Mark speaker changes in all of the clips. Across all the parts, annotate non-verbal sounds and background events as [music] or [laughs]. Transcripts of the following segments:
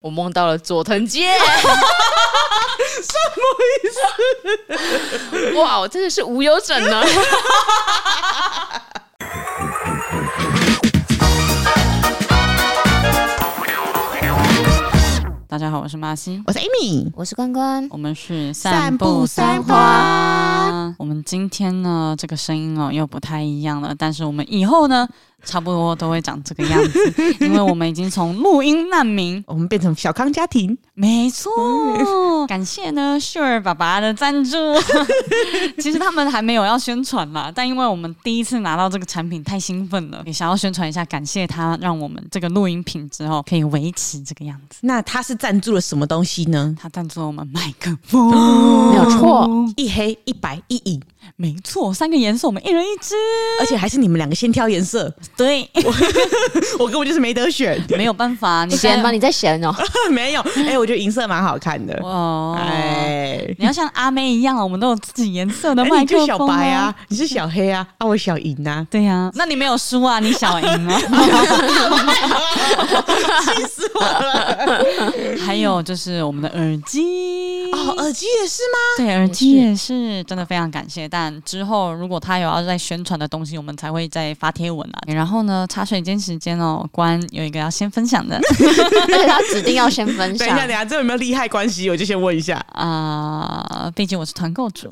Speaker 1: 我梦到了佐藤健，哇，我真的是无啊忧枕呢。
Speaker 2: 大家好，我是马西，
Speaker 3: 我是 Amy，
Speaker 4: 我是关关，
Speaker 2: 我们是
Speaker 3: 散步三
Speaker 2: 花。我们今天呢，这个声音哦又不太一样了，但是我们以后呢，差不多都会长这个样子，
Speaker 3: [laughs]
Speaker 2: 因为我们已经从录音难民，
Speaker 3: 我们变成小康家庭，
Speaker 2: 没
Speaker 3: 嗯
Speaker 2: 错，感谢呢秀儿爸爸的赞
Speaker 3: [laughs]
Speaker 2: 助。其实他们还没有要宣传啦，但因为我们第一次拿到这个产品太兴奋了，也想要宣传一下，感谢他让我们这个录音品质哦可以维持这个样子。
Speaker 3: 那他是赞助了什么东西呢？
Speaker 2: 他赞助了我们麦克风，
Speaker 1: 没有错，
Speaker 4: 哦
Speaker 3: 一黑一白一银，
Speaker 2: 没错，三个颜色我们一人一支。
Speaker 3: 而且还是你们两个先挑颜色，
Speaker 2: 呃
Speaker 3: [laughs]
Speaker 2: 对， [laughs]
Speaker 3: 我根本就是没得选。 [laughs]
Speaker 2: 没有办 [laughs] 法，你
Speaker 4: 闲吗？
Speaker 2: 帮
Speaker 4: 你在闲哦？
Speaker 3: 没有，哎、我觉得银色蛮好看的。
Speaker 2: 哦，
Speaker 3: 哎，
Speaker 2: 你要像阿妹一样，啊我们都有自己颜色的
Speaker 3: 哎
Speaker 2: 麦
Speaker 3: 你
Speaker 2: 克
Speaker 3: 就
Speaker 2: 风、，
Speaker 3: 小白啊，，你是小黑啊，啊，我小银啊
Speaker 2: 对呀、那你没有输啊，你小赢啊。
Speaker 3: 气死我了！
Speaker 2: [laughs] 还有就是我们的耳机
Speaker 3: 哦，耳机也是吗？
Speaker 2: 对，耳机也是真的非常感谢。但之后如果他有要再宣传的东西，我们才会再发贴文啊。然后呢，茶水间时间哦，关有一个要先分享的
Speaker 4: 而且 [laughs] 他指定要先分
Speaker 3: [laughs] 等一下，等一
Speaker 4: 享，
Speaker 3: 下，这有没有利害关系？我就先问一下。
Speaker 2: 啊、毕竟我是团购主，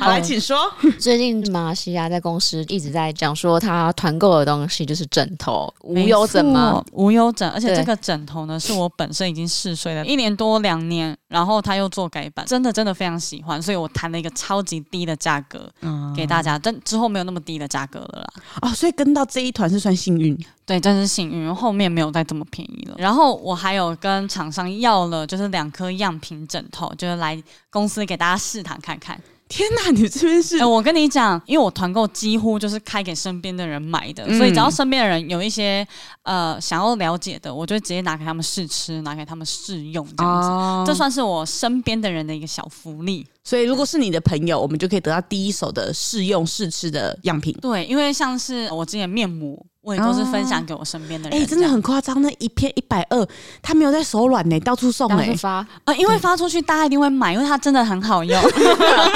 Speaker 3: 好，来，请说。
Speaker 4: 最近马来西亚在公司一直在讲说他团购的东西就是枕头，无忧枕吗？
Speaker 2: 没错？无忧枕，而且
Speaker 4: 对
Speaker 2: 这个枕头呢，是我本身已经试睡了一年多两年，然后他又做改版，真的真的非常喜欢，所以我谈了一个超级低的价格给大家，但之后没有那么低的价格了啦。
Speaker 3: 哦，所以跟到这一团是算幸运。
Speaker 2: 对，真是幸运，后面没有再这么便宜了。然后我还有跟厂商要了，就是两颗样品枕头，就是来公司给大家试躺看看。
Speaker 3: 天哪，你这边是
Speaker 2: 哎、我跟你讲，因为我团购几乎就是开给身边的人买的，
Speaker 3: 嗯
Speaker 2: 所以只要身边的人有一些呃想要了解的，我就直接拿给他们试吃，拿给他们试用这样子。
Speaker 3: 哦
Speaker 2: 这算是我身边的人的一个小福利，
Speaker 3: 所以，如果是你的朋友，我们就可以得到第一手的试用试吃的样品。
Speaker 2: 对，因为像是呃我之前面膜，我也都是分享给我身边的人这
Speaker 3: 哎、
Speaker 2: 样，
Speaker 3: 真的很夸张，那一片一百二，他没有在手软呢、到处送
Speaker 4: 然
Speaker 3: 哎、
Speaker 4: 后发
Speaker 2: 呃，因为发出去大家一定会买，因为它真的很好
Speaker 3: 哎
Speaker 2: 用。
Speaker 3: [laughs]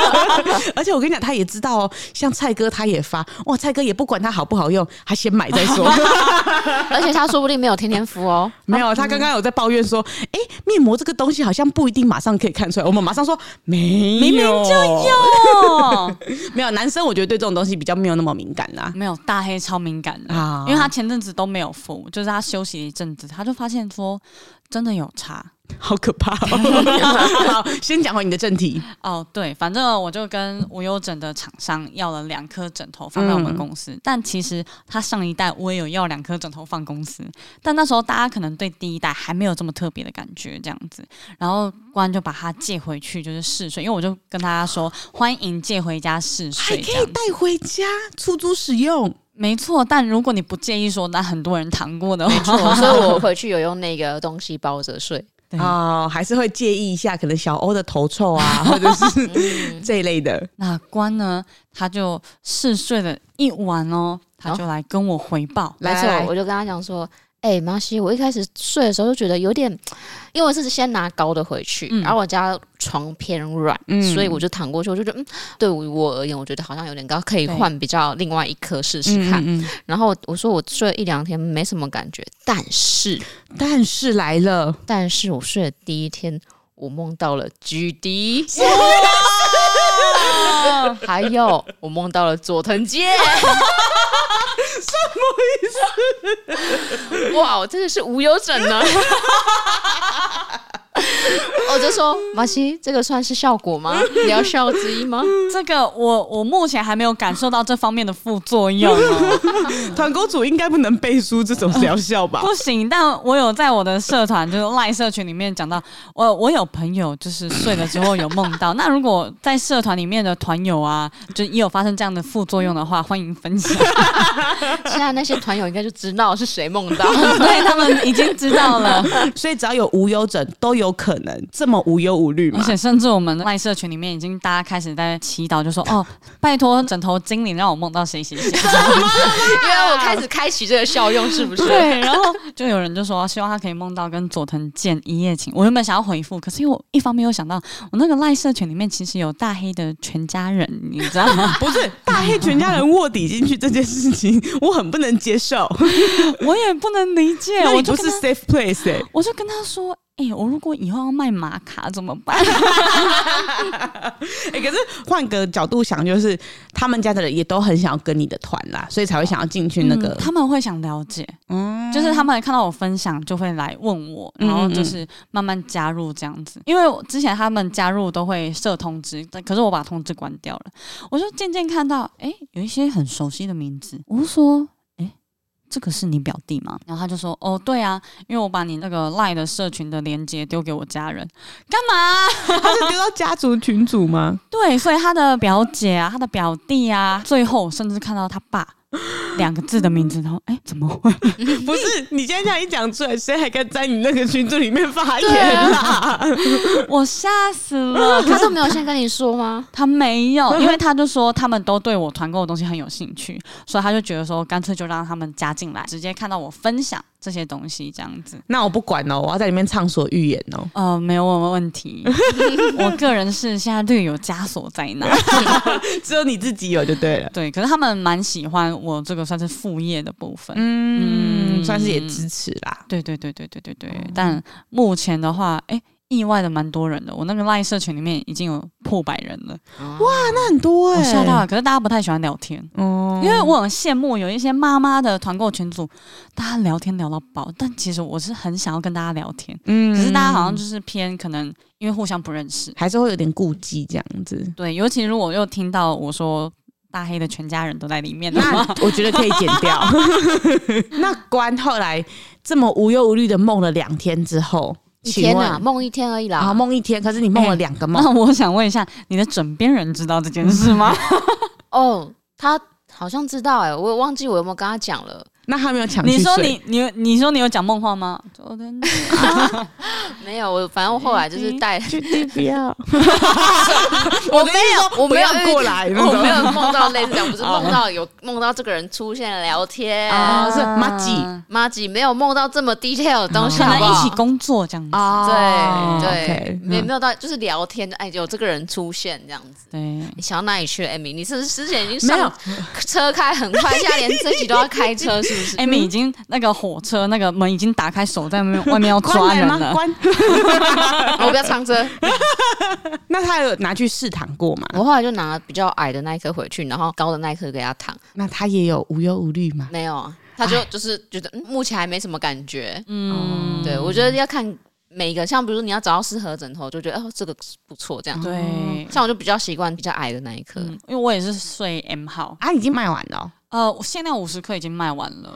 Speaker 3: 而且我跟你讲，他也知道哦，像蔡哥他也发，哇，蔡哥也不管他好不好用，他先买再 [laughs] 说。
Speaker 4: 而且他说不定没有天天
Speaker 1: [laughs]
Speaker 4: 敷哦。
Speaker 3: 没有，他刚刚有在抱怨说，哎、面膜这个东西好像不一定马上可以看出来。我们马上说没有，
Speaker 2: 明明就有，
Speaker 3: 没有。男生我觉得对这种东西比较没有那么敏感啦。
Speaker 2: 没有大黑超敏感的，
Speaker 3: 啊
Speaker 2: 因为他前阵子都没有敷，就是他休息了一阵子，他就发现说真的有差。
Speaker 3: 好可怕、 [laughs] 哦！好，先讲回你的正题。
Speaker 2: 哦，对，反正我就跟无忧枕的厂商要了两颗枕头放在我们公司，但其实他上一代我也有要两颗枕头放公司，但那时候大家可能对第一代还没有这么特别的感觉这样子，然后关就把它借回去就是试睡，因为我就跟大家说欢迎借回家试
Speaker 3: 还
Speaker 2: 睡
Speaker 3: 可
Speaker 2: 这样
Speaker 3: 以
Speaker 2: 子。
Speaker 3: 带回家出租使用。
Speaker 2: 没错，但如果你不介意说，那很多人躺过的话，
Speaker 4: 我所以我
Speaker 3: [laughs]
Speaker 4: 回去有用那个东西包着睡。
Speaker 2: 对
Speaker 3: 哦，还是会介意一下，可能小欧的头臭 [laughs] 啊，或者是这一类的。
Speaker 2: 那关呢，他就嗜睡了一晚哦，他就来跟我回报。
Speaker 3: 来
Speaker 4: 没错
Speaker 3: 来来
Speaker 4: 我就跟他讲说。哎、马西，我一开始睡的时候就觉得有点，因为我是先拿高的回去，
Speaker 2: 嗯
Speaker 4: 然后我家床偏软，
Speaker 3: 嗯
Speaker 4: 所以我就躺过去，我就觉得，嗯，对于我而言，我觉得好像有点高，可以
Speaker 2: 对
Speaker 4: 换比较另外一颗试试
Speaker 3: 嗯
Speaker 4: 看。
Speaker 3: 嗯
Speaker 4: 然后我说我睡了一两天没什么感觉，但是
Speaker 3: 嗯但是来了，
Speaker 4: 但是我睡的第一天，我梦到了 GD，还有我梦到了佐藤健。什么意思？哇，我真的是无忧枕呢！我就说马西，这个算是效果吗？疗效之一吗？
Speaker 2: 这个我我目前还没有感受到这方面的副作用 [laughs] 哦，
Speaker 3: 团购组应该不能背书这种疗效 [laughs] 吧？
Speaker 2: 不行。但我有在我的社团，就是赖社群里面讲到，我我有朋友就是睡了之后有梦到。那如果在社团里面的团友啊，就也有发生这样的副作用的话，欢迎分 [laughs] 享。
Speaker 4: 现在那些团友应该就知道是谁梦到。
Speaker 2: 对他们已经知道了， [laughs]
Speaker 3: 所以只要有无忧枕，都有可可能这么无忧无虑
Speaker 2: 而
Speaker 3: 嘛。
Speaker 2: 且甚至我们赖社群里面已经大家开始在祈祷，就说哦，拜托枕头精灵让我梦到谁谁谁。
Speaker 4: 因为我开始开启这个效用，是不是？
Speaker 2: 对，然
Speaker 3: [laughs]
Speaker 2: 后就有人就说希望他可以梦到跟佐藤健一夜情。我原本想要回复，可是因为我一方面又想到我那个赖社群里面其实有大黑的全家人，你知道
Speaker 3: [laughs]
Speaker 2: 吗？
Speaker 3: [laughs] 不是大黑全家人卧底进去这件事情，我很不能接受。
Speaker 2: 我也不能理解，
Speaker 3: 那
Speaker 2: 我
Speaker 3: 你
Speaker 2: 就
Speaker 3: 不
Speaker 2: 跟
Speaker 3: 是
Speaker 2: 他
Speaker 3: safe place [laughs] 哎、
Speaker 2: 我就跟他说。哎、我如果以后要卖玛卡怎么办？
Speaker 3: 欸可是换个角度想，就是他们家的人也都很想要跟你的团啦，所以才会想要进去那个
Speaker 2: 嗯。他们会想了解，
Speaker 3: 嗯，
Speaker 2: 就是他们看到我分享就会来问我，
Speaker 3: 嗯
Speaker 2: 然后就是慢慢加入这样子。因为我之前他们加入都会设通知，但可是我把通知关掉了，我就渐渐看到，哎、有一些很熟悉的名字，我就说。诶这个是你表弟吗？然后他就说：“哦，对啊，因为我把你那个赖的社群的连接丢给我家人，干嘛？
Speaker 3: 嗯 [laughs] 他是丢到家族群组吗？
Speaker 2: 对，所以他的表姐啊，他的表弟啊，最后甚至看到他爸 [laughs] 两个字的名字，然后哎，怎么会？ [laughs]
Speaker 3: [laughs] 不是，你现在这样一讲出来，谁还敢在你那个群组里面发言啊啦？ [laughs]
Speaker 2: 我吓死了！
Speaker 4: 呃他都没有先跟你说吗？
Speaker 2: 他没有，因为他就说他们都对我团购的东西很有兴趣，所以他就觉得说，干脆就让他们加进来，直接看到我分享这些东西这样子。
Speaker 3: 那我不管哦，我要在里面畅所欲言哦。
Speaker 2: 呃，没有问题。我个人是现在略有枷锁在那，
Speaker 3: 只有你自己有就对了。
Speaker 2: 对。可是他们蛮喜欢我这个算是副业的部分，
Speaker 3: 嗯，
Speaker 2: 嗯
Speaker 3: 算是也支持啦。
Speaker 2: 对对对对对对对。但目前的话，哎、意外的蛮多人的。我那个赖社群里面已经有破百人了，
Speaker 4: 哇，
Speaker 3: 那很多
Speaker 2: 我
Speaker 3: 哎、
Speaker 2: 哦吓到啊了。可是大家不太喜欢聊天，
Speaker 3: 哦
Speaker 2: 因为我很羡慕有一些妈妈的团购群组，大家聊天聊到爆。但其实我是很想要跟大家聊天，
Speaker 3: 嗯
Speaker 2: 只是大家好像就是偏可能因为互相不认识。
Speaker 3: 还是会有点顾忌这样子。
Speaker 2: 对，尤其如果又听到我说大黑的全家人都在里面的
Speaker 3: 那
Speaker 2: 话，
Speaker 3: 我觉得可以剪 [laughs] 掉。那关后来这么无忧无虑的梦了两天之后，
Speaker 4: 一
Speaker 3: 请
Speaker 4: 天
Speaker 3: 问
Speaker 4: 啊，梦一天而已
Speaker 3: 啊
Speaker 4: 啦。
Speaker 3: 梦一天，可是你梦了两个梦
Speaker 2: 那，我想问一下，你的枕边人知道这件事
Speaker 3: 嗯
Speaker 2: 吗？
Speaker 4: 哦，他好像知道哎，我也忘记我有没有跟他讲了。
Speaker 3: 那他没有抢去
Speaker 2: 你说
Speaker 3: 睡
Speaker 2: 你你你说你有讲梦话吗？昨天
Speaker 4: 没有，我反正我后来就是带，
Speaker 3: 去 [laughs] 地标，
Speaker 4: 我没 [laughs] 有，我
Speaker 3: 不
Speaker 4: 没有
Speaker 3: 要过来那
Speaker 4: 我
Speaker 3: 种
Speaker 4: 没有梦到类似这样，不 [laughs] 是梦到有梦到这个人出现聊天。
Speaker 3: 啊是马吉
Speaker 4: 妈吉没有梦到这么 detail 的东西，
Speaker 2: 可
Speaker 4: 好不
Speaker 2: 能一
Speaker 4: 好
Speaker 2: 起工作这样子。
Speaker 3: 哦
Speaker 4: 对对
Speaker 3: OK，，
Speaker 4: 没
Speaker 3: 嗯
Speaker 4: 没有到就是聊天，哎，有这个人出现这样子。
Speaker 2: 对，
Speaker 4: 你想到哪里去了，Amy？你是不是之前已经
Speaker 3: 没有
Speaker 4: 上车开很快，现在连自己都要开车，是不
Speaker 3: [laughs]
Speaker 4: 是？
Speaker 2: 艾米已经那个火车那个门已经打开，手在外面外面要抓
Speaker 3: 关
Speaker 2: 人
Speaker 3: 门
Speaker 2: 了
Speaker 3: 吗？。关？ [laughs]
Speaker 4: 我不要唱歌。
Speaker 3: 那他有拿去试躺过吗？
Speaker 4: 我后来就拿比较矮的那一颗回去，然后高的那一颗给他躺，
Speaker 3: 那他也有无忧无虑吗？
Speaker 4: 没有啊，他就就是觉得嗯目前还没什么感觉。
Speaker 3: 哦
Speaker 2: 嗯，
Speaker 4: 对，我觉得要看每一个，像比如你要找到适合枕头，就觉得哦这个不错这样。
Speaker 2: 对。
Speaker 4: 像我就比较习惯比较矮的那一颗，
Speaker 2: 嗯，因为我也是睡 M 号，
Speaker 3: 啊，已经卖完了哦、
Speaker 2: 呃，我限量五十克已经卖完了，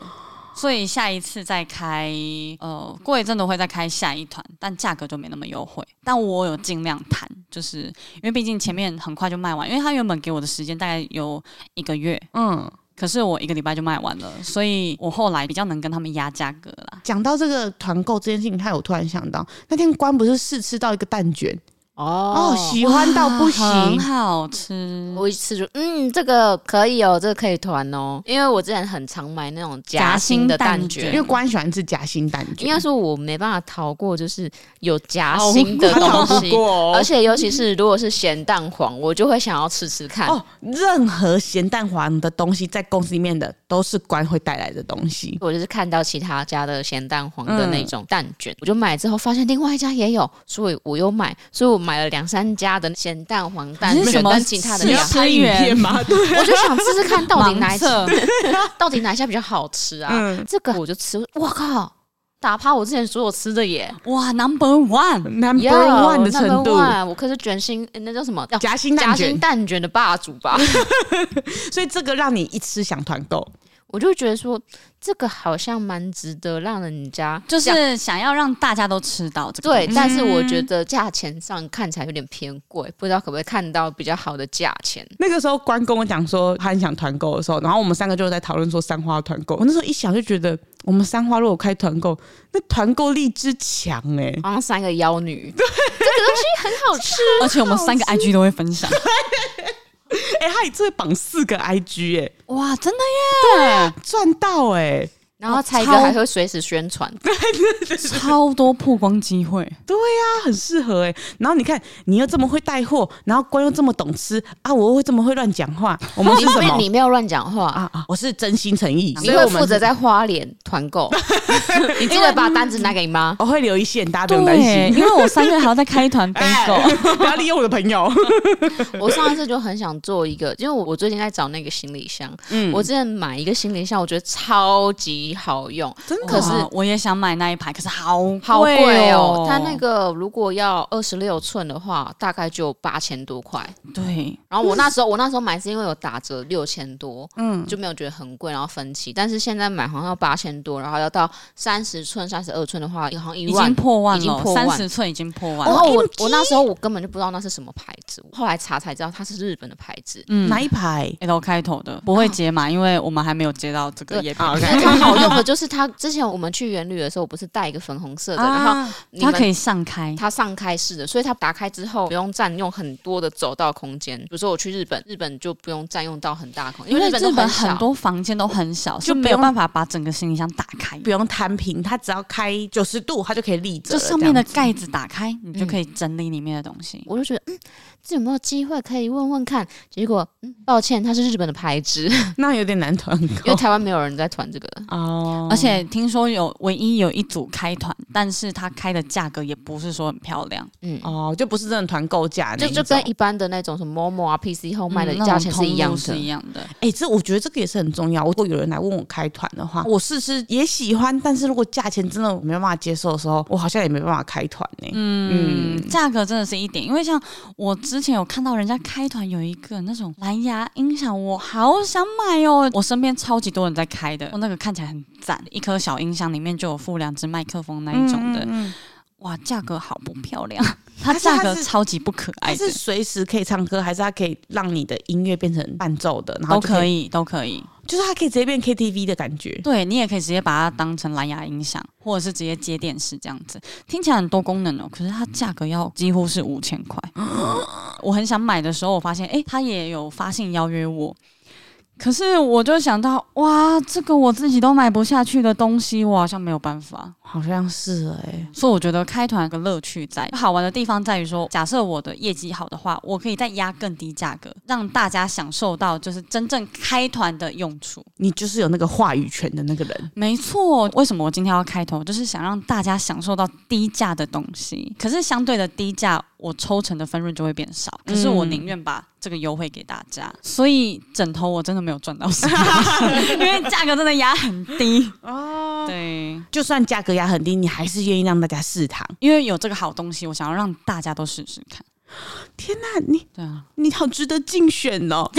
Speaker 2: 所以下一次再开，呃，过一阵子会再开下一团，但价格就没那么优惠。但我有尽量谈，就是因为毕竟前面很快就卖完，因为他原本给我的时间大概有一个月，
Speaker 3: 嗯，
Speaker 2: 可是我一个礼拜就卖完了，所以我后来比较能跟他们压价格啦。
Speaker 3: 讲到这个团购这件事情，他有突然想到，那天关不是试吃到一个蛋卷哦
Speaker 4: 哦
Speaker 3: 喜欢到不行
Speaker 2: 很，好吃。
Speaker 4: 我一次就嗯，这个可以哦，这个可以团哦，因为我之前很常买那种夹心的蛋
Speaker 2: 夹
Speaker 3: 因
Speaker 2: 心
Speaker 3: 为
Speaker 4: 卷
Speaker 2: 蛋。
Speaker 3: 关喜欢吃夹心蛋卷，
Speaker 4: 应该说，我没办法逃过，就是有夹心的东西，而且尤其是如果是咸蛋黄，我就会想要吃吃看。
Speaker 3: 哦，任何咸蛋黄的东西在公司里面的都是关会带来的东西。
Speaker 4: 我就是看到其他家的咸蛋黄的那种蛋卷，我就买之后发现另外一家也有，所以我又买，所以我买了两三家的咸蛋黄蛋
Speaker 2: 你是
Speaker 4: 卷
Speaker 2: 什么
Speaker 4: 跟其他的
Speaker 2: 你
Speaker 3: 你
Speaker 2: 要
Speaker 3: 要
Speaker 4: 家，
Speaker 2: 拍
Speaker 3: 拍
Speaker 2: 影
Speaker 3: 影
Speaker 2: 片
Speaker 3: 片吗？对，
Speaker 4: 我就想试试看到底哪一
Speaker 2: 盲
Speaker 4: 家
Speaker 2: 测，
Speaker 4: 到底哪一家比较好吃啊？
Speaker 3: [laughs] 嗯
Speaker 4: 这个我就吃，我靠，打趴我之前所有吃的耶
Speaker 2: 哇，Number One，
Speaker 3: 嗯，Number
Speaker 4: Yeah，
Speaker 3: One 的程
Speaker 4: number
Speaker 3: 度，
Speaker 4: one，我可是卷心，那叫什么？哦叫
Speaker 3: 夹心蛋
Speaker 4: 夹心
Speaker 3: 卷，
Speaker 4: 蛋卷的霸主吧？
Speaker 3: 所以这个让你一吃想团购。
Speaker 4: 我就会觉得说这个好像蛮值得让人家
Speaker 2: 就
Speaker 4: 这样
Speaker 2: 是想要让大家都吃到这个东
Speaker 4: 对
Speaker 2: 西。，嗯
Speaker 4: 但是我
Speaker 3: 嗯
Speaker 4: 觉得价钱上看起来有点偏贵，不知道可不可以看到比较好的价钱。
Speaker 3: 那个时候关跟我讲说他很想团购的时候，然后我们三个就在讨论说三花团购。我那时候一想就觉得，我们三花如果开团购，那团购力之强哎、
Speaker 4: 好像三个妖女，这个东西很
Speaker 3: [laughs]
Speaker 4: 好吃。
Speaker 2: 而且我们三个 IG 都会分享。
Speaker 3: 哎、他一次会绑四个 IG 哎、
Speaker 2: 哇，真的耶！
Speaker 3: 赚到哎、
Speaker 4: 然后蔡哥还会随时宣
Speaker 3: [laughs]
Speaker 4: 传，
Speaker 2: 超多曝光机会，
Speaker 3: 他很适合哎、然后你看你又这么会带货，然后关又这么懂吃啊，我又会这么会乱讲话，我们是
Speaker 4: 你
Speaker 3: 什
Speaker 4: 没
Speaker 3: 么
Speaker 4: 有你没有乱讲话，
Speaker 3: 啊啊？我是真心诚意，
Speaker 4: 你
Speaker 3: 所以
Speaker 4: 会
Speaker 3: 我们
Speaker 4: 负责在花莲团
Speaker 3: [laughs]
Speaker 4: 购，你记得把单子拿给你妈。
Speaker 3: 我会留一线，大家不用担
Speaker 2: 对，
Speaker 3: 心，
Speaker 2: 因为我三月还要再开一团 b a g
Speaker 3: [laughs]
Speaker 2: e
Speaker 3: 哎不要利用我的朋友。
Speaker 4: 我上一次就很想做一个，因为我我最近在找那个行李箱，
Speaker 3: 嗯
Speaker 4: 我之前买一个行李箱，我觉得超级好用，
Speaker 3: [laughs] 真啊
Speaker 4: 可是
Speaker 2: 我也想买那一排，可是好
Speaker 4: 好贵哦
Speaker 2: 哦。。
Speaker 4: 它那个如果要二十六寸的话，大概就八千多块。
Speaker 2: 对，
Speaker 4: 然后我那时候我那时候买是因为有打折六千多，
Speaker 3: 嗯，
Speaker 4: 就没有觉得很贵，然后分期。但是现在买好像要八千多，然后要到三十寸、三十二寸的话，好像一
Speaker 2: 已
Speaker 4: 万
Speaker 2: 经。破万
Speaker 4: 已经
Speaker 2: 了，
Speaker 4: 破万哦
Speaker 2: 三十寸已经破万
Speaker 4: 然
Speaker 2: 了。
Speaker 4: 后我我那时候我根本就不知道那是什么牌子，后来查才知道它是日本的牌子。
Speaker 2: 嗯
Speaker 3: 哪一排？
Speaker 2: L 开头的不会解码，因为我们还没有接到这个
Speaker 4: 对
Speaker 2: 也
Speaker 3: 啊
Speaker 4: 那它好用的就是它之前我们去元旅的时候，我不是带一个粉红色的，然后你
Speaker 2: 啊它可
Speaker 4: 们。
Speaker 2: 以上开，
Speaker 4: 它上开式的，所以它打开之后不用占用很多的走道空间。比如说我去日本，日本就不用占用到很大空间，因
Speaker 2: 因
Speaker 4: 为
Speaker 2: 为
Speaker 4: 日本都
Speaker 2: 日本
Speaker 4: 小啊
Speaker 2: 很。多房间都很小，
Speaker 3: 就是
Speaker 2: 没有办法把整个行李箱打开
Speaker 3: 不。用摊平，它只要开九十度，它就可以立着
Speaker 2: 就
Speaker 3: 了。
Speaker 2: 上面
Speaker 3: 这
Speaker 2: 的
Speaker 3: 样子
Speaker 2: 盖子打开，你就可以整理里面的东西。
Speaker 4: 我就觉得，嗯，这有没有机会可以问问看？结果，嗯，抱歉，它是日本的牌子，
Speaker 2: [laughs]
Speaker 3: 那有点难团
Speaker 4: 因为
Speaker 3: 购 [laughs]
Speaker 4: 台湾没有人在团这个。
Speaker 3: 哦
Speaker 4: 嗯
Speaker 2: 而且听说有唯一有一组开团，但是它开的价格也不是说很漂亮，
Speaker 4: 嗯，
Speaker 3: 哦，就不是真的团购价
Speaker 2: 嗯
Speaker 3: 那
Speaker 4: 就
Speaker 3: 一种，
Speaker 4: 就跟一般的那种什么 Momo 啊、PC Home 卖的
Speaker 2: 嗯那种
Speaker 4: 价钱是一样
Speaker 2: 通路是一
Speaker 4: 的。
Speaker 2: 样的。
Speaker 3: 哎、这我觉得这个也是很重要。如果有人来问我开团的话，我试试也喜欢，但是如果价钱真的我没办法接受的时候，我好像也没办法开团哎呢、
Speaker 2: 嗯，价格真的是一点，因为像我之前有看到人家开团有一个那种蓝牙音响，我好想买哦。我身边超级多人在开的，那个看起来很赞，一颗小音箱里面就有附两只麦克风那一种的，
Speaker 3: 嗯
Speaker 2: 哇，价格好不漂亮，它
Speaker 3: 是它
Speaker 2: 价格
Speaker 3: 是
Speaker 2: 超级不可爱
Speaker 3: 它
Speaker 2: 的
Speaker 3: 是，随时可以唱歌，还是它可以让你的音乐变成伴奏的，然后
Speaker 2: 都
Speaker 3: 就
Speaker 2: 可
Speaker 3: 以，
Speaker 2: 以，都可以。
Speaker 3: 就是它可以直接变 KTV 的感觉。
Speaker 2: 对你也可以直接把它当成蓝牙音响，或者是直接接电视这样子，听起来很多功能哦。可是它价格要几乎是五千块。我很想买的时候，我发现诶，它也有发信邀约我，可是我就想到哇，这个我自己都买不下去的东西，我好像没有办法。
Speaker 3: 好像是哎、
Speaker 2: 所以我觉得开团有个乐趣在，好玩的地方在于说，假设我的业绩好的话，我可以再压更低价格，让大家享受到就是真正开团的用处。
Speaker 3: 你就是有那个话语权的那个人。
Speaker 2: 没错，为什么我今天要开头，就是想让大家享受到低价的东西。可是相对的低价，我抽成的分润就会变少。可是我宁愿把这个优惠给大家，所以枕头我真的没有赚到什么，因为价格真的压很低。
Speaker 3: 哦，
Speaker 2: 对，
Speaker 3: 就算价格压很低，你还是愿意让大家试糖。
Speaker 2: 因为有这个好东西，我想要让大家都试试看。
Speaker 3: 天哪、你
Speaker 2: 对啊，
Speaker 3: 你好值得竞选哦！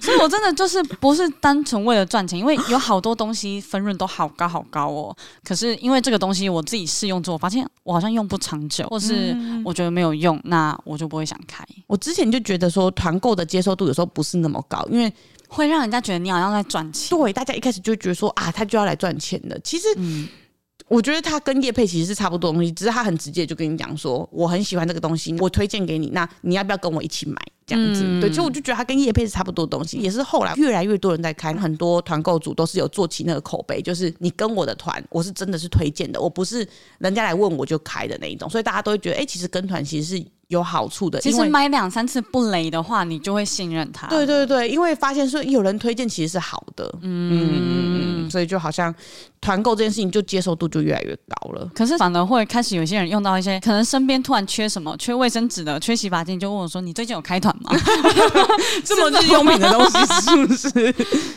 Speaker 2: 所以我真的就是不是单纯为了赚钱，因为有好多东西分润都好高好高哦。可是因为这个东西我自己试用之后，我发现我好像用不长久，或是我觉得没有用，那我就不会想开，
Speaker 3: [laughs] 我之前就觉得说团购的接受度有时候不是那么高，因为
Speaker 2: 会让人家觉得你好像在赚钱。
Speaker 3: 对大家一开始就觉得说啊，他就要来赚钱的。其实
Speaker 2: 嗯，
Speaker 3: 我觉得他跟叶佩其实是差不多的东西，只是他很直接就跟你讲说，我很喜欢这个东西，我推荐给你，那你要不要跟我一起买？这样子，
Speaker 2: 嗯
Speaker 3: 对，其实我就觉得他跟叶佩是差不多的东西，也是后来越来越多人在开，很多团购组都是有做起那个口碑，就是你跟我的团，我是真的是推荐的，我不是人家来问我就开的那一种，所以大家都会觉得，哎、其实跟团其实是有好处的，
Speaker 2: 其
Speaker 3: 因
Speaker 2: 实
Speaker 3: 为
Speaker 2: 买两三次不雷的话，你就会信任他。
Speaker 3: 嗯对对对，因为发现说有人推荐其实是好的，嗯嗯嗯，所以就好像团购这件事情就接受度就越来越高了。
Speaker 2: 可是反而会开始有些人用到一些，可能身边突然缺什么，缺卫生纸的，缺洗发精，就问我说：“你最近有开团吗？”
Speaker 3: [laughs] 这么日用品的东西是不是？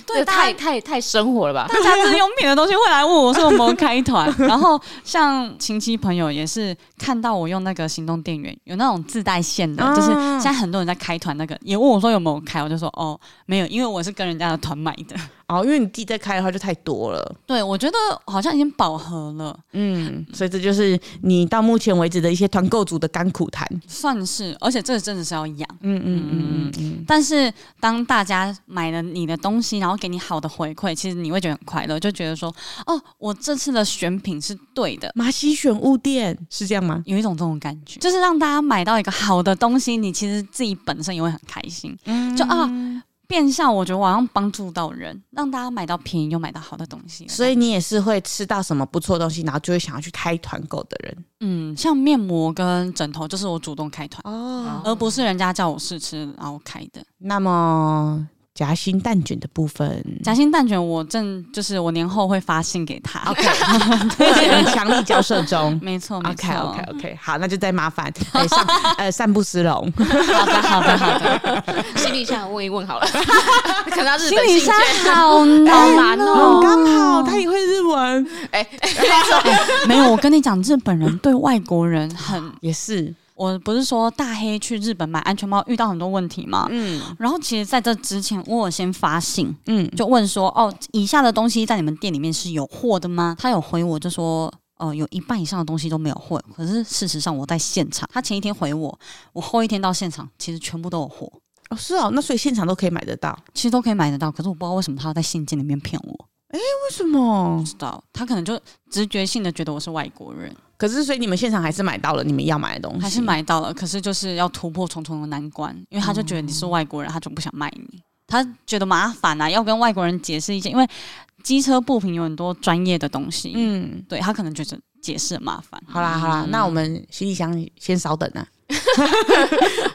Speaker 4: 对，
Speaker 2: 大
Speaker 4: 太太太生活了吧？
Speaker 2: 大家日用品的东西会来问我说有没有开团， [laughs] 然后像亲戚朋友也是看到我用那个行动电源，有那种自带线的，就是现在很多人在开团那个，也问我说有没有开，我就说哦没有，因为我是跟人家的团买的。
Speaker 3: [laughs] 哦，因为你自己在开的话就太多了，
Speaker 2: 对，我觉得好像已经饱和了，
Speaker 3: 嗯，所以这就是你到目前为止的一些团购组的甘苦谈。
Speaker 2: 算是，而且这真的是要养。
Speaker 3: 嗯嗯嗯嗯嗯，
Speaker 2: 但是当大家买了你的东西，然后给你好的回馈，其实你会觉得很快乐，就觉得说哦，我这次的选品是对的，
Speaker 3: 马西选物店是这样吗？
Speaker 2: 有一种这种感觉，就是让大家买到一个好的东西，你其实自己本身也会很开心。就啊，变相我觉得我好像帮助到人，让大家买到便宜又买到好的东西。
Speaker 3: 所以你也是会吃到什么不错的东西，然后就会想要去开团购的人
Speaker 2: 嗯，像面膜跟枕头就是我主动开团，
Speaker 3: 哦。
Speaker 4: 啊
Speaker 2: 而不是人家叫我试吃然后开的。
Speaker 3: 那么夹心蛋卷的部 [laughs] 分，
Speaker 2: 夹心蛋卷，我正就是我年后会发信给他。
Speaker 3: 强力交涉
Speaker 2: [laughs]
Speaker 3: 中。
Speaker 2: 没错，哦没错。
Speaker 3: OK OK OK，好，那就再
Speaker 2: [laughs]
Speaker 3: 麻烦、哎上呃散步斯隆，
Speaker 2: 好的，好的，好的。
Speaker 4: 行李箱问一问好
Speaker 2: [laughs]
Speaker 4: 了，可能要日
Speaker 2: 行
Speaker 4: 本
Speaker 2: 李
Speaker 4: 信
Speaker 2: 箱
Speaker 4: 件
Speaker 2: 好
Speaker 4: [laughs] 好
Speaker 2: 难，
Speaker 4: 难哦。
Speaker 3: 刚好他也会日文，
Speaker 4: 哎，
Speaker 2: 没有，我跟你讲，日本人对外国人很
Speaker 3: 也是，
Speaker 2: 我不是说大黑去日本买安全帽遇到很多问题吗？
Speaker 3: 嗯
Speaker 2: 然后其实在这之前，我有先发信
Speaker 3: 嗯，
Speaker 2: 就问说，哦，以下的东西在你们店里面是有货的吗？他有回我就说。呃，有一半以上的东西都没有货，可是事实上我在现场，他前一天回我，我后一天到现场，其实全部都有货，
Speaker 3: 哦是哦，那所以现场都可以买得到，
Speaker 2: 其实都可以买得到，可是我不知道为什么他要在信件里面骗我，
Speaker 3: 为什么
Speaker 2: 不？知道他可能就直觉性的觉得我是外国人，
Speaker 3: 可是所以你们现场还是买到了你们要买的东西，
Speaker 2: 还是买到了，可是就是要突破重重的难关，因为他就觉得你是外国人，他就不想卖你，他觉得麻烦啊，要跟外国人解释一些，因为机车部品有很多专业的东西，嗯，
Speaker 3: 嗯。
Speaker 2: 对他可能觉得解释很麻烦。嗯
Speaker 3: 好啦好啦，那我们行李箱先稍等
Speaker 2: [laughs]
Speaker 3: 啊。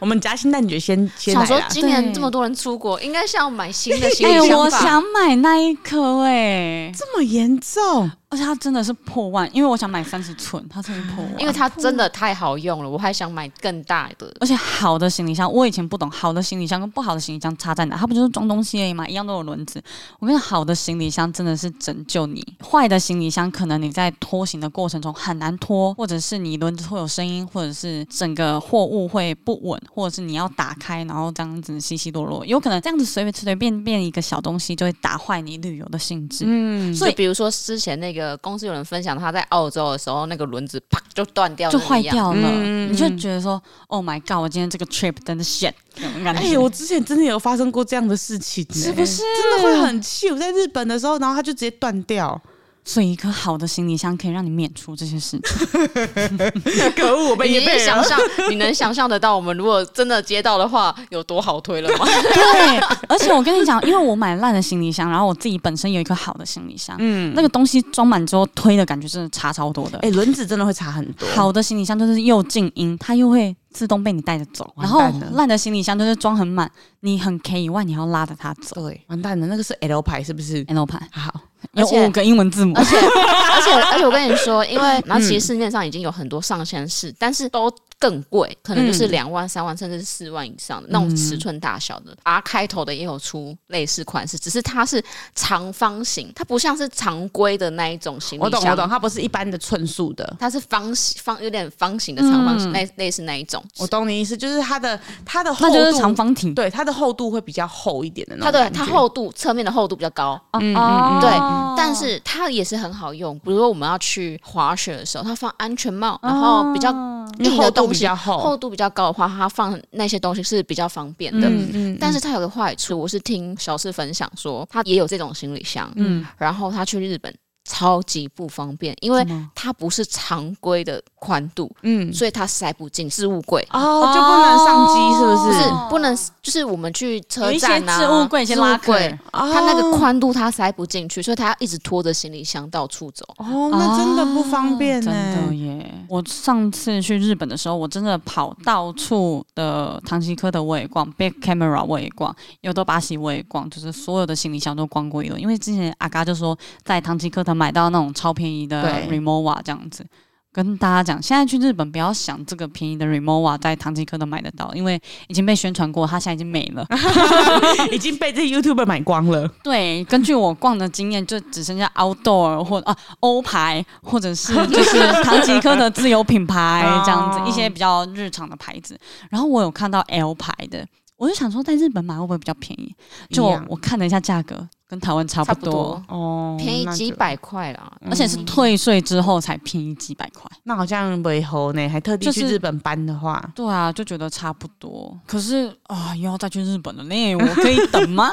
Speaker 3: 我们夹心蛋卷先先来
Speaker 4: 想说
Speaker 3: 啦。
Speaker 4: 今年
Speaker 2: 对
Speaker 4: 这么多人出国，应该是要买新的行
Speaker 2: 哎、
Speaker 4: 李
Speaker 2: 我
Speaker 4: 箱吧？
Speaker 2: 想买那一颗哎、
Speaker 3: 这么严重，
Speaker 2: 而且它真的是破万，因为我想买三十寸，它真的破万。
Speaker 4: 因为它真的太好用了，我还想买更大的。
Speaker 2: 而且好的行李箱，我以前不懂好的行李箱跟不好的行李箱差在哪，它不就是装东西而已嘛，一样都有轮子。我跟你讲，好的行李箱真的是拯救你，坏的行李箱可能你在拖行的过程中很难拖，或者是你轮子会有声音，或者是整个货物会不稳，或者是你要打开，然后这样子稀稀落落，有可能这样子随随便便一个小东西就会打坏你旅游的性质。
Speaker 3: 嗯，
Speaker 4: 所以，比如说之前那个公司有人分享，他在澳洲的时候，那个轮子啪就断掉，
Speaker 2: 就坏。掉了，
Speaker 3: 嗯
Speaker 2: 你就觉得说，Oh my god！我今天这个 trip 真的 shit，那种感觉
Speaker 3: 哎、我之前真的有发生过这样的事情呢、
Speaker 2: 是不是
Speaker 3: 真的会很气？我在日本的时候，然后它就直接
Speaker 2: [laughs]
Speaker 3: 断掉，
Speaker 2: 所以一颗好的行李箱可以让你免除这些事情。
Speaker 3: 可恶，我被
Speaker 4: 你
Speaker 3: 也
Speaker 4: 能
Speaker 3: 被
Speaker 4: 想象，你能想象得到我们如果真的接到的话，有多好推了吗？
Speaker 2: 对，而且我跟你讲，因为我买烂的行李箱，然后我自己本身有一颗好的行李箱，嗯，那个东西装满之后推的感觉真的差超多的。
Speaker 3: 哎，轮、子真的会差很多。
Speaker 2: 好的行李箱就是又静音，它又会自动被你带着走。然
Speaker 3: 完
Speaker 2: 后
Speaker 3: 蛋了
Speaker 2: 烂的行李箱就是装很满，你很 K 以外，你还要拉着它走。
Speaker 3: 对，完蛋了，那个是 L 牌是不是？
Speaker 2: L 牌
Speaker 3: 好，
Speaker 2: 有
Speaker 4: 而且
Speaker 2: 五个英文字母
Speaker 4: 而，且 [laughs] 而且而且我跟你说，因为然后其实市面上已经有很多上线式，但是都更贵，可能就是两万、三万甚至四万以上的那种尺寸大小的。R 开头的也有出类似款式，只是它是长方形，它不像是常规的那一种行李
Speaker 3: 我
Speaker 4: 箱。
Speaker 3: 懂我懂，它不是一般的寸数的。
Speaker 4: 它是方形方有点方形的长方形，类、类似那一种。
Speaker 3: 我懂你意思，就是它的它的厚
Speaker 2: 那
Speaker 3: 度，
Speaker 2: 就是长方体。
Speaker 3: 对它的厚度会比较厚一点的那
Speaker 4: 它
Speaker 3: 种
Speaker 4: 的
Speaker 3: 感觉。
Speaker 4: 它厚度侧面的厚度比较高，
Speaker 2: 哦
Speaker 4: 对，但是它也是很好用。比如说我们要去滑雪的时候，它放安全帽，然后比较
Speaker 3: 因为
Speaker 4: 硬
Speaker 3: 哦厚
Speaker 4: 的
Speaker 3: 度
Speaker 4: 东
Speaker 3: 比
Speaker 4: 西
Speaker 3: 较厚，
Speaker 4: 厚度比较高的话，它放那些东西是比较方便的。
Speaker 3: 嗯嗯
Speaker 4: 但是它有个坏处，我是听小四分享说，他也有这种行李箱，
Speaker 2: 嗯，
Speaker 4: 然后他去日本超级不方便，因为
Speaker 2: 怎么
Speaker 4: 它不是常规的宽度，
Speaker 3: 嗯，
Speaker 4: 所以它塞不进置物柜，
Speaker 3: 哦，就不能上机是
Speaker 4: 就
Speaker 3: 不
Speaker 4: 是
Speaker 3: 是？
Speaker 4: 不能，就是我们去
Speaker 2: 有
Speaker 4: 车
Speaker 2: 一些
Speaker 4: 站啊，
Speaker 2: 置物柜、一些
Speaker 4: 置
Speaker 2: 拉
Speaker 4: 物
Speaker 2: 克
Speaker 4: 柜，
Speaker 3: 哦
Speaker 4: 它那个宽度它塞不进去，所以它要一直拖着行李箱到处走。
Speaker 3: 哦，那真的不方便欸呢、
Speaker 2: 哦真的耶！我上次去日本的时候，我真的跑到处的唐吉诃德我也逛，Big Camera 我也逛，有多巴西我也逛，就是所有的行李箱都逛过一轮。因为之前阿嘎就说在唐吉诃德买到那种超便宜的
Speaker 3: 对
Speaker 2: Remova 这样子。跟大家讲，现在去日本不要想这个便宜的 Remova 在唐吉诃德买得到，因为已经被宣传过，它现在已经没了。
Speaker 3: 欸 [laughs] 已经被这 YouTuber 买光了。
Speaker 2: 对，根据我逛的经验，就只剩下 Outdoor 或啊欧牌，或者是 [laughs] 就是唐吉诃德自有品牌这样子
Speaker 3: 哦
Speaker 2: 一些比较日常的牌子。然后我有看到 L 牌的，我就想说在日本买会不会比较便宜？ [laughs] 就
Speaker 3: 一
Speaker 2: 我
Speaker 3: 样
Speaker 2: 我看了一下价格，跟台湾差不
Speaker 4: 差不
Speaker 2: 多，嗯
Speaker 4: 多，
Speaker 3: 哦
Speaker 4: 便宜几，百块啦。
Speaker 2: 而且是退税之后才便宜几百块。
Speaker 3: 那好像没猴呢，还特地去
Speaker 2: 就是
Speaker 3: 日本搬的话，
Speaker 2: 对啊，就觉得差不多。可是啊，又要再去日本了呢，我可以等 [laughs] 吗？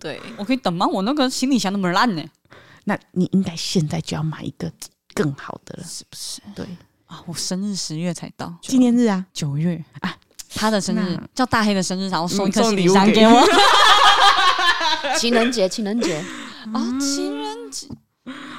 Speaker 4: 对，
Speaker 2: 我可以等吗？我那个行李箱那么烂呢、
Speaker 3: 那你应该现在就要买一个更好的了。
Speaker 2: 是不是
Speaker 3: 对，
Speaker 2: 啊？我生日十月才到，
Speaker 3: 纪念日啊，
Speaker 2: 九月啊，他的生日
Speaker 3: 那
Speaker 2: 叫大黑的生日，然后送一
Speaker 3: 嗯
Speaker 2: 颗
Speaker 3: 送
Speaker 2: 行
Speaker 3: 礼
Speaker 2: 李
Speaker 3: 物
Speaker 2: 箱
Speaker 3: 给
Speaker 2: 给 [laughs] 我哦
Speaker 4: 情人节，情人节，
Speaker 2: 啊，情人节。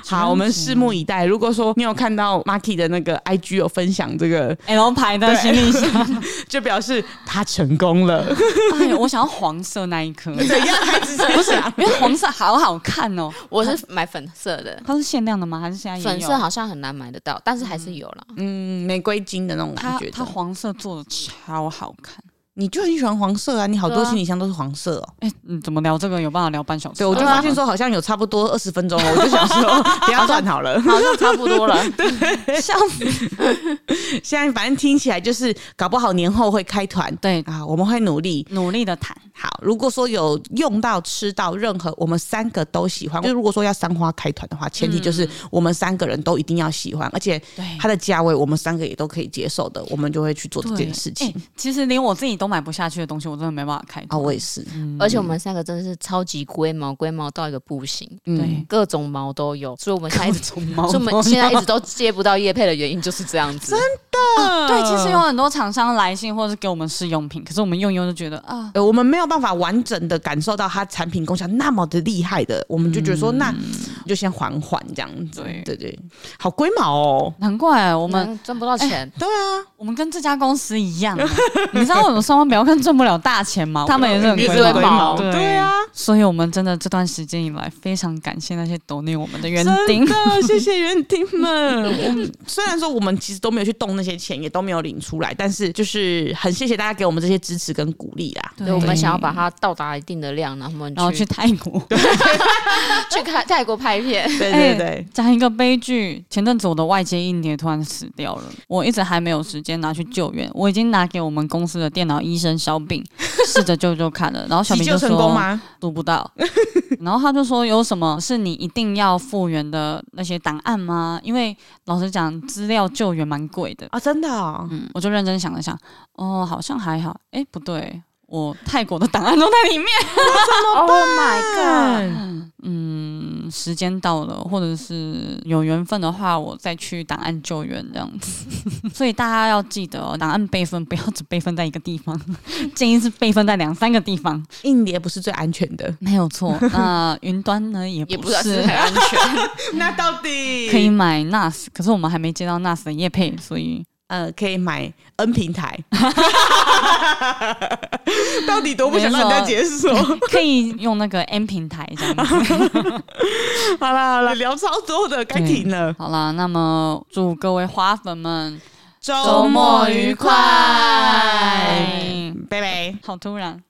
Speaker 3: 好，我们拭目以待。如果说你有看到 Marky 的那个 IG 有分享这个，
Speaker 2: L 牌的行李箱，
Speaker 3: [laughs] 就表示他成功了。
Speaker 2: [laughs] 哎呦，我想要黄色那一颗，
Speaker 3: [laughs] 怎样？还只是不是
Speaker 2: 因为黄色好好看哦。
Speaker 4: 我是买粉色的，
Speaker 2: 它是限量的吗？还是现在也有
Speaker 4: 粉色好像很难买得到，但是还是有啦。
Speaker 3: 嗯，玫瑰金的那种感
Speaker 2: 它
Speaker 3: 觉的
Speaker 2: 它黄色做的超好看。
Speaker 3: 你就很喜欢黄色啊，你好多
Speaker 4: 对啊
Speaker 3: 行李箱都是黄色哦。
Speaker 2: 哎、嗯，怎么聊这个有办法聊半小时？
Speaker 3: 对，我就
Speaker 4: 对啊
Speaker 3: 发现说好像有差不多二十分钟了，我就想 [laughs] 说不要算好了。
Speaker 4: 好像差不多了，
Speaker 2: 笑死。
Speaker 3: [laughs] 现在反正听起来就是搞不好年后会开团
Speaker 2: 对，
Speaker 3: 啊，我们会努力。
Speaker 2: 努力的谈，
Speaker 3: 好，如果说有用到吃到任何我们三个都喜欢，就如果说要三花开团的话，前提就是嗯我们三个人都一定要喜欢，而且
Speaker 2: 对
Speaker 3: 它的价位我们三个也都可以接受的，我们就会去做这件事情
Speaker 2: 哎。其实连我自己都买不下去的东西，我真的没办法开。
Speaker 3: 啊，我也是，
Speaker 4: [laughs] 而且我们三个真的是超级龟毛，龟毛到一个不行，
Speaker 2: 对
Speaker 3: 嗯，
Speaker 4: 各种毛都有，所以我们现在一直，
Speaker 2: 从毛
Speaker 4: 所以我们现在一直都接不到叶配的原因就是这样子。
Speaker 3: 嗯
Speaker 2: 对，其实有很多厂商来信或者是给我们试用品，可是我们用一用就觉得啊，
Speaker 3: 呃，我们没有办法完整的感受到它产品功效那么的厉害的，我们就觉得说，那就先缓缓这样子。
Speaker 2: 对
Speaker 3: 嗯对对，好龟毛哦。
Speaker 2: 难怪我
Speaker 4: 我
Speaker 2: 们、
Speaker 4: 们赚不到钱，
Speaker 3: 对啊，
Speaker 2: 我们跟这家公司一样啊， [laughs] 你知道为什么双方不要看赚不了大钱
Speaker 3: [laughs]
Speaker 2: 吗？他们也是很
Speaker 4: 一直
Speaker 2: 龟
Speaker 4: 龟
Speaker 2: 毛，
Speaker 4: 毛
Speaker 2: 对
Speaker 3: 对啊。
Speaker 2: 所以我们真的这段时间以来，非常感谢那些懂念我们的园丁
Speaker 3: 真。的， [laughs] 谢谢园丁们。 [laughs] 我们虽然说我们其实都没有去动那些钱，也都没有领出来，但是就是很谢谢大家给我们这些支持跟鼓励啦。
Speaker 4: 对，我们想要把它到达一定的量，然后我们
Speaker 2: 然后去
Speaker 4: 去
Speaker 2: 泰国。
Speaker 4: 去看泰国拍片，
Speaker 3: [laughs] 对
Speaker 2: 哎
Speaker 3: 对对，
Speaker 2: 讲一个悲剧，前阵子我的外接硬碟突然死掉了，我一直还没有时间拿去救援，我已经拿给我们公司的电脑医生小
Speaker 3: [laughs]
Speaker 2: 饼试着救救看了，然后小
Speaker 3: 急
Speaker 2: 饼
Speaker 3: 救
Speaker 2: 就
Speaker 3: 成功
Speaker 2: 说
Speaker 3: 吗？
Speaker 2: 读不到， [laughs] 然后他就说有什么是你一定要复原的那些档案吗？因为老实讲，资料救援蛮贵的，
Speaker 3: 啊，真的哦，
Speaker 2: 嗯，我就认真想了想，哦，好像还好，诶，不对。我泰国的档案都在里面，
Speaker 4: Oh my god！
Speaker 2: 嗯，时间到了，或者是有缘分的话，我再去档案救援这样子。 [laughs] 所以大家要记得、哦，档案备份不要只备份在一个地方， [laughs] 建议是备份在两三个地方，
Speaker 3: 硬碟不是最安全的，
Speaker 2: 没有错。那云端呢，也
Speaker 4: 也不
Speaker 2: 不
Speaker 4: 算是
Speaker 2: 是
Speaker 4: 很安全，
Speaker 3: 那到底
Speaker 2: 可以买 NAS，可是我们还没接到 NAS 的业配，所 [laughs] 以
Speaker 3: 呃，可以买 N 平台，
Speaker 2: [laughs]
Speaker 3: 到底多不想让人家解锁？
Speaker 2: 可以用那个 M 平台这样 [laughs] 子。
Speaker 3: 好啦好啦，聊超多的，该停了。
Speaker 2: 好啦，那么祝各位花粉们
Speaker 3: 周
Speaker 2: 周末愉快
Speaker 3: 拜拜。
Speaker 2: 好突然。